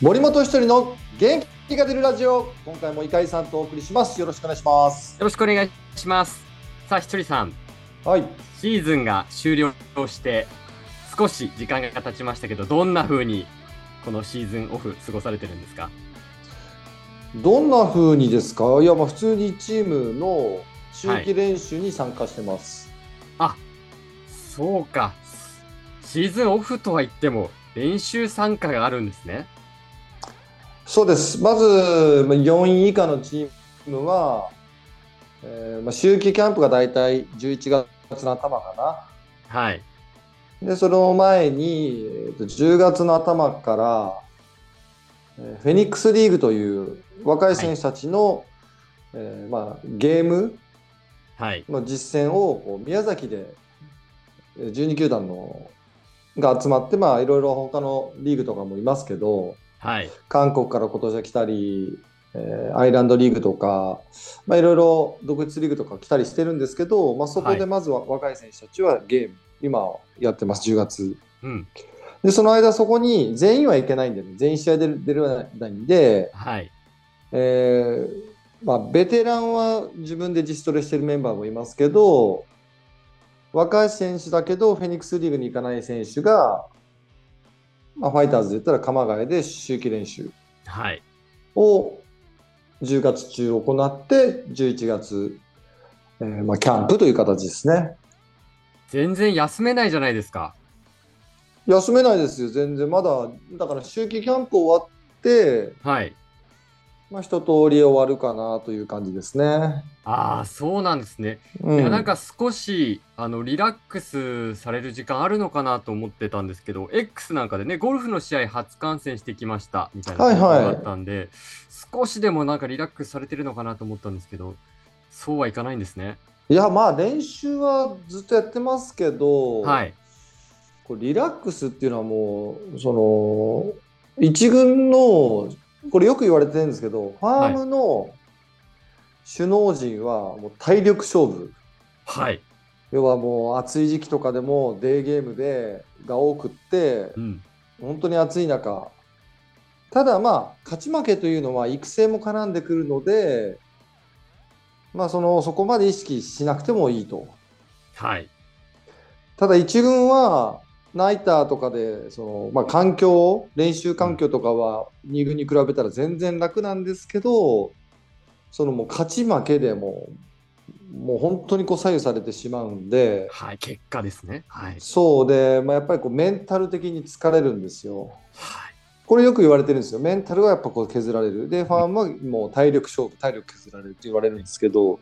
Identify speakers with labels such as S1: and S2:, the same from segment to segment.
S1: 森本一人の元気が出るラジオ今回も伊海さんとお送りしますよろしくお願いします
S2: よろしくお願いします。さあ、ひとりさん、
S1: はい
S2: シーズンが終了して、少し時間が経ちましたけど、どんな風にこのシーズンオフ過ごされてるんですか
S1: どんな風にですかいやまあ普通にチームの秋季練習に参加してます、
S2: そうか。シーズンオフとは言っても、練習参加があるんですね。
S1: そうですまずまあ4位以下のチームは、えーまあ、秋季キャンプがだいたい11月の頭かな
S2: はい。
S1: で、その前に、えーと10月の頭から、えーフェニックスリーグという若い選手たちの、えーまあ、ゲーム
S2: はい。
S1: の実践をこう宮崎でえー12球団のが集まって、まあ、いろいろ他のリーグとかもいますけど、
S2: はい。
S1: 韓国から今年は来たり、えーアイランドリーグとか、まあ、いろいろ独立リーグとか来たりしてるんですけど、まあ、そこ
S2: は
S1: で
S2: い
S1: まずは若い選手たちはゲーム、今やってます、10月。
S2: うん。
S1: で、その間そこに全員はいけないんだよね。全員試合出る出れないんで、
S2: はい。
S1: えーまあ、ベテランは自分で自主トレしてるメンバーもいますけど、若い選手だけど、フェニックスリーグに行かない選手が、まあ、ファイターズで言ったら鎌ヶ谷で周期練習
S2: はい。
S1: を10月中行って、11月、えーまあ、キャンプという形ですね。
S2: 全然休めないじゃないですか。
S1: 休めないですよ、全然。まだ、だから周期キャンプ終わって、
S2: はい。
S1: まあ、一通り終わるかなという感じですね。
S2: ああ、そうなんですね。
S1: う
S2: いやなんか少しあのリラックスされる時間あるのかなと思ってたんですけど、X なんかでね、ゴルフの試合初観戦してきましたみたいな
S1: はいはい
S2: だったんで、少しでもなんかリラックスされてるのかなと思ったんですけど、そうはいかないんですね。
S1: いやまあ練習はずっとやってますけど、
S2: はい、
S1: こうリラックスっていうのはもうその一軍のこれよく言われてるんですけどファームの首脳陣はもう体力勝負
S2: はい、
S1: 要はもう暑い時期とかでもデーゲームでが多くって
S2: うん、
S1: 本当に暑い中ただまあ勝ち負けというのは育成も絡んでくるのでまあそのそこまで意識しなくてもいいと
S2: はい、
S1: ただ一軍はナイターとかでその、まあ、環境練習環境とかは二軍に比べたら全然楽なんですけどそのもう勝ち負けでもうもう本当にこう左右されてしまうんで
S2: はい、結果ですね。はい、
S1: そうで、まあ、やっぱりこうメンタル的に疲れるんですよ。
S2: はい、
S1: これよく言われてるんですよ。メンタルはやっぱこう削られる。で、ファンはもう体力勝負、体力削られるって言われるんですけど、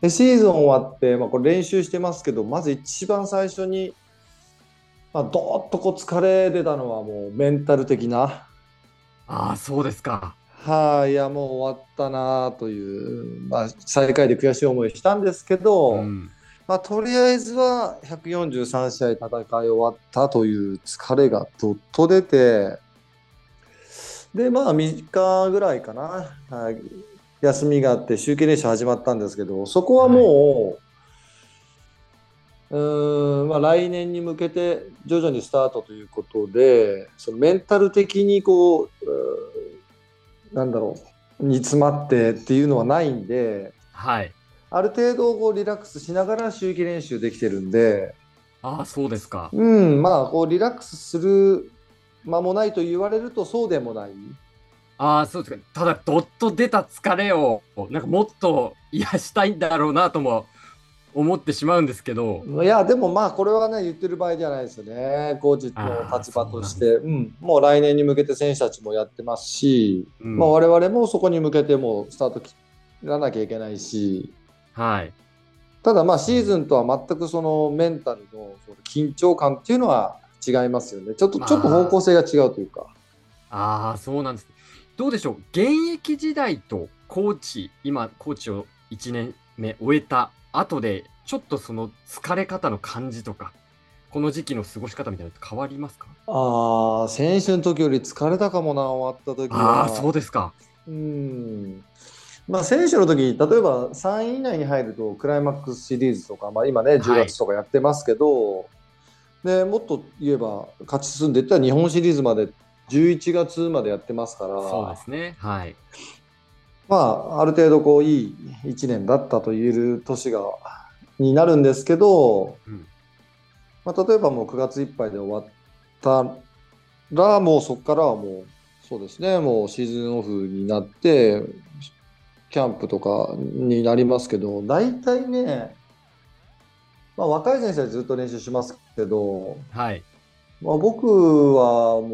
S1: でシーズン終わって、まあ、これ練習してますけど、まず一番最初に、まあ、どーっとこう疲れ出たのはもうメンタル的な、
S2: ああ、そうですか。
S1: はい、いや、もう終わったなという、まあ、最下位で悔しい思いしたんですけど、
S2: うん、
S1: まあ、とりあえずは143試合戦い終わったという疲れがどっと出て、で、まあ3日ぐらいかな、はい休みがあって、集計練習始まったんですけど、そこはもう、うーんまあ、来年に向けて徐々にスタートということで、そのメンタル的にこう、うーんなんだろう、煮詰まってっていうのはないんで、
S2: はい、
S1: ある程度こうリラックスしながら周期練習できてるんで、
S2: ああ、そうですか。
S1: うん、まあこうリラックスする間もないと言われるとそうでもない。
S2: ああ、そうですか。ただ、どっと出た疲れを、なんかもっと癒したいんだろうなとも思ってしまうんですけど、
S1: いや、でもまあこれはね、言ってる場合じゃないですよね。コーチの立場として、うん、もう来年に向けて選手たちもやってますし、
S2: うん
S1: まあ我々もそこに向けてもうスタート切らなきゃいけないし、
S2: はい、
S1: ただまあシーズンとは全くそのメンタルのその緊張感っていうのは違いますよね。ちょっと、
S2: まあ
S1: ちょっと方向性が違うというか。
S2: ああ、そうなんです。どうでしょう、現役時代とコーチ、今、コーチを1年目終えた後で、ちょっとその疲れ方の感じとか、この時期の過ごし方みたいなのって変わりますか
S1: ああ、選手の時より疲れたかもな、終わった時は。
S2: ああ、そうですか。
S1: うん。まあ、選手の時、例えば3位以内に入ると、クライマックスシリーズとか、まあ、今ね、10
S2: はい
S1: 月とかやってますけど、で、もっと言えば、勝ち進んでいったら日本シリーズまで11月までやってますから、
S2: そうですね。はい。
S1: まあ、ある程度こういい1年だったと言える年がになるんですけど、
S2: うん
S1: まあ、例えばもう9月いっぱいで終わったらもうそこからはもうそうですねもうシーズンオフになってキャンプとかになりますけど大体ね、まあ、若い選手はずっと練習しますけど、
S2: はい。
S1: まあ、僕はも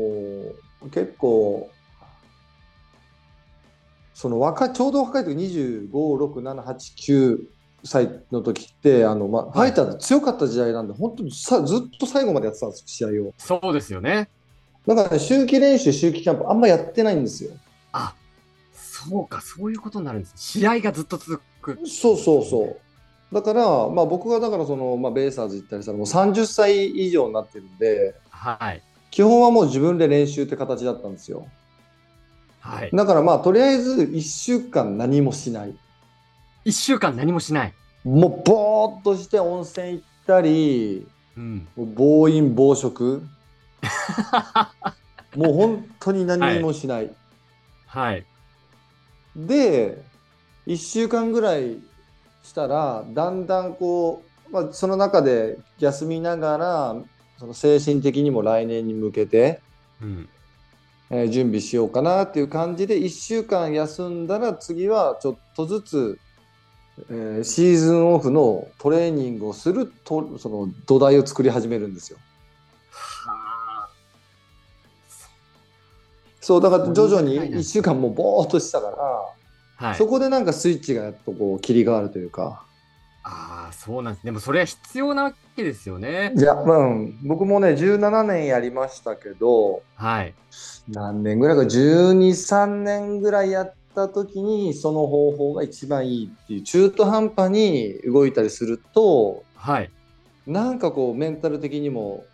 S1: う結構その若いちょうど若い時256789歳の時ってあの、まあ、ファイターズ強かった時代なんで本当にさずっと最後までやってたんですよ試合を
S2: そうですよね。
S1: だから、ね、秋季練習秋季キャンプあんまやってないんですよ
S2: あ、そうか、そういうことになるんです。試合がずっと続く。
S1: そうそうそう。だから、まあ、僕がだからその、まあ、ベイサーズ行ったりしたらもう30歳以上になってるんで
S2: はい。
S1: 基本はもう自分で練習って形だったんですよ
S2: はい。
S1: だからまあとりあえず1週間何もしない
S2: 一週間何もしない。
S1: もうぼーっとして温泉行ったり
S2: うん。
S1: もう暴飲暴食もう本当に何もしない、
S2: はい。
S1: で1週間ぐらいしたらだんだんこう、まあ、その中で休みながらその精神的にも来年に向けて、
S2: うん。
S1: えー準備しようかなっていう感じで1週間休んだら次はちょっとずつ、えーシーズンオフのトレーニングをするとその土台を作り始めるんですよ。
S2: はあ。
S1: そうだから徐々に
S2: うん
S1: 1週間もうぼーっとしてたから、
S2: はい。
S1: そこでなんかスイッチがやっとこう切り替わるというか
S2: ああ、そうなんです。でもそれは必要なわけですよね。
S1: いや、うん、僕もね17年やりましたけど
S2: はい。
S1: 何年ぐらいか123年ぐらいやった時にその方法が一番いいっていう中途半端に動いたりすると
S2: はい。
S1: なんかこうメンタル的にも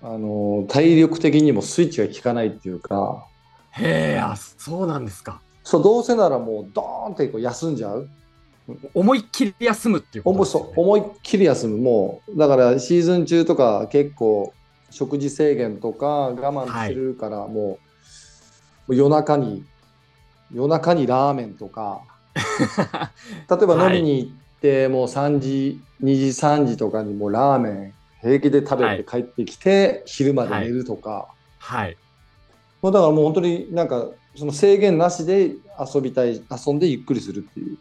S1: あの体力的にもスイッチが効かないっていうか
S2: へえ、あ、そうなんですか。
S1: そうどうせならもうドーンってこう休んじゃう
S2: 思いっきり休むっていうこと
S1: 思い
S2: ですよね
S1: そう思いっきり休むもうだからシーズン中とか結構食事制限とか我慢してるから、もうもう夜中に夜中にラーメンとか例えば
S2: は
S1: 飲
S2: い
S1: みに行って、もう3時2時3時とかにもうラーメン平気で食
S2: は
S1: べ
S2: い
S1: て帰ってきて、昼まで寝るとか、
S2: はい。
S1: もうだからもう本当になんかその制限なしで遊びたい遊んでゆっくりするっていう。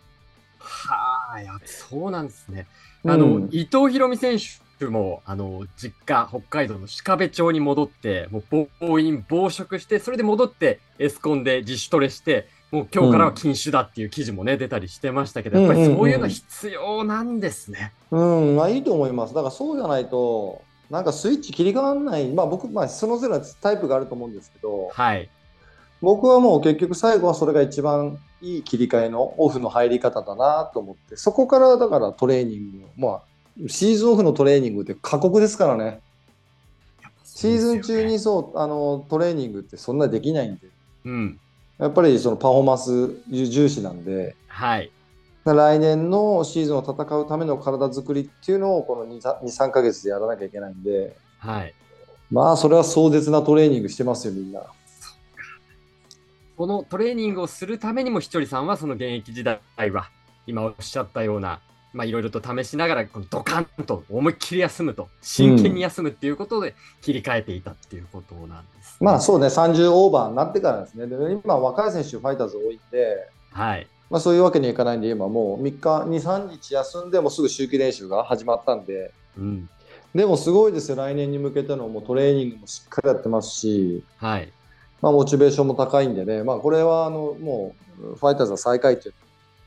S2: はあ、いや、そうなんですね。あの、
S1: うん
S2: 伊藤博美選手も、あの、実家、北海道の鹿部町に戻って、もう暴飲暴食して、それで戻って、エスコンで自主トレして、もう今日からは禁酒だっていう記事もね、出たりしてましたけど、やっぱりそういうの必要なんですね。
S1: うん、まあいいと思います。だからそうじゃないと、なんかスイッチ切り替わんない、まあ僕、まあ人のせいなタイプがあると思うんですけど、
S2: はい。
S1: 僕はもう結局最後はそれが一番いい切り替えのオフの入り方だなと思って、そこからだからトレーニングを、まあシーズンオフのトレーニングって過酷ですからね。シーズン中に。そう、あの、トレーニングってそんなできないんで、
S2: うん。
S1: やっぱりそのパフォーマンス重視なんで、
S2: はい。
S1: 来年のシーズンを戦うための体作りっていうのをこの2、3ヶ月でやらなきゃいけないんで、
S2: はい。
S1: まあそれは壮絶なトレーニングしてますよみんな。
S2: このトレーニングをするためにも、ひとりさんはその現役時代は、今おっしゃったような、まあ、いろいろと試しながら、このドカンと思いっきり休むと、真剣に休むっていうことで切り替えていたっていうことなんです、
S1: まあそうね30オーバーになってからですね。で今若い選手ファイターズ多いんで、
S2: はい。
S1: まあ、そういうわけにはいかないんで今もう3日23日休んでもうすぐ秋季練習が始まったんで
S2: うん。
S1: でもすごいですよ来年に向けてのもうトレーニングもしっかりやってますし、
S2: はい。
S1: まあ、モチベーションも高いんでね、まあ、これはあのもうファイターズは最下位という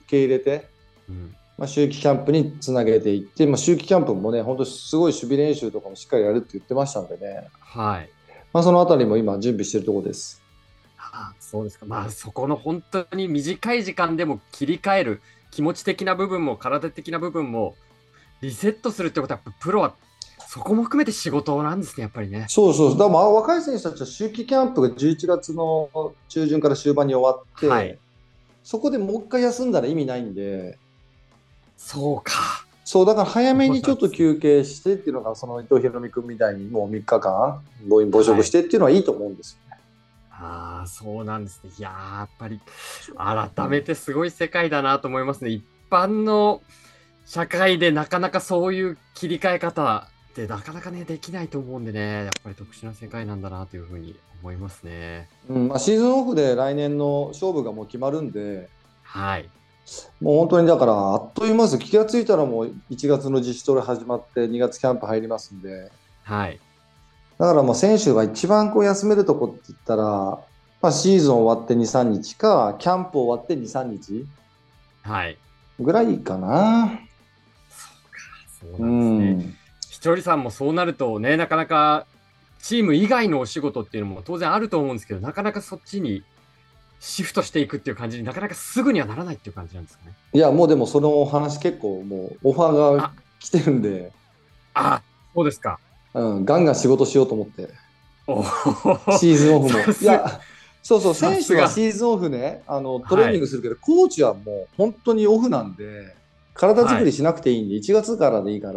S1: 受け入れて。
S2: うん。
S1: まあ、秋季キャンプにつなげていって、まあ、秋季キャンプもね、本当すごい守備練習とかもしっかりやるって言ってましたんでね、
S2: はい。
S1: まあ、そのあたりも今、準備してるところです。
S2: ああそうですか。まあ、そこの本当に短い時間でも切り替える、気持ち的な部分も体的な部分もリセットするってことは、やっぱプロはそこも含めて仕事なんですね、やっぱりね。
S1: そうそう、だからまあ若い選手たちは秋季キャンプが11月の中旬から終盤に終わって、
S2: はい
S1: そこでもう一回休んだら意味ないんで、
S2: そうか。
S1: そうだから早めにちょっと休憩してっていうのが、その伊藤博美君みたいにもう3日間、暴飲暴食してっていうのはいいと思うんですよね。
S2: あ、そうなんですね。いやー、やっぱり改めてすごい世界だなと思いますね。一般の社会でなかなかそういう切り替え方ってなかなかね、できないと思うんでね、やっぱり特殊な世界なんだなというふうに思いますね。
S1: うんまあ、シーズンオフで来年の勝負がもう決まるんで、
S2: はい。
S1: もう本当にだから、あっという間です。気がついたらもう1月の自主トレ始まって、2月キャンプ入りますんで、
S2: はい。
S1: だからもう選手が一番こう休めるとこって言ったら、まあ、シーズン終わって2、3日か、キャンプ終わって2、3日
S2: はい。
S1: ぐらいかな。
S2: そう
S1: う
S2: なんですね。
S1: ん、
S2: ひとりさんもそうなるとね、なかなかチーム以外のお仕事っていうのも当然あると思うんですけど、なかなかそっちにシフトしていくっていう感じになかなかすぐにはならないっていう感じなんですかね。
S1: いや、もうでもそのお話結構もうオファーが来てるんで、
S2: あ、そうですか。
S1: うん、ガンガン仕事しようと思って。
S2: お
S1: シーズンオフも。
S2: さす
S1: いや、そうそう、
S2: さ
S1: 選
S2: す
S1: 手
S2: が
S1: はシーズンオフね、あのトレーニングするけど、コーチはもう本当にオフなんで、体作りしなくていいんで、1月からでいいから、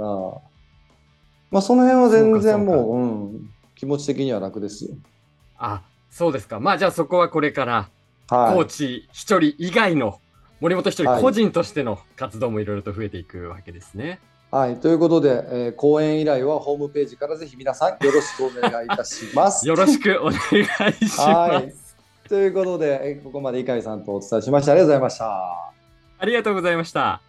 S1: まあ、その辺は全然
S2: そうか
S1: もう、うん、気持ち的には楽ですよ。
S2: あ、そうですか。まあじゃあそこはこれから、コ
S1: は
S2: ーチひとり以外の、森本ひと
S1: は
S2: り
S1: い
S2: 個人としての活動もいろいろと増えていくわけですね。
S1: い。はい、ということで、えー講演依頼はホームページからぜひ皆さんよろしくお願いいたします。
S2: よろしくお願いします。
S1: はい。ということで、えーここまで碇さんとお伝えしました。ありがとうございました。
S2: ありがとうございました。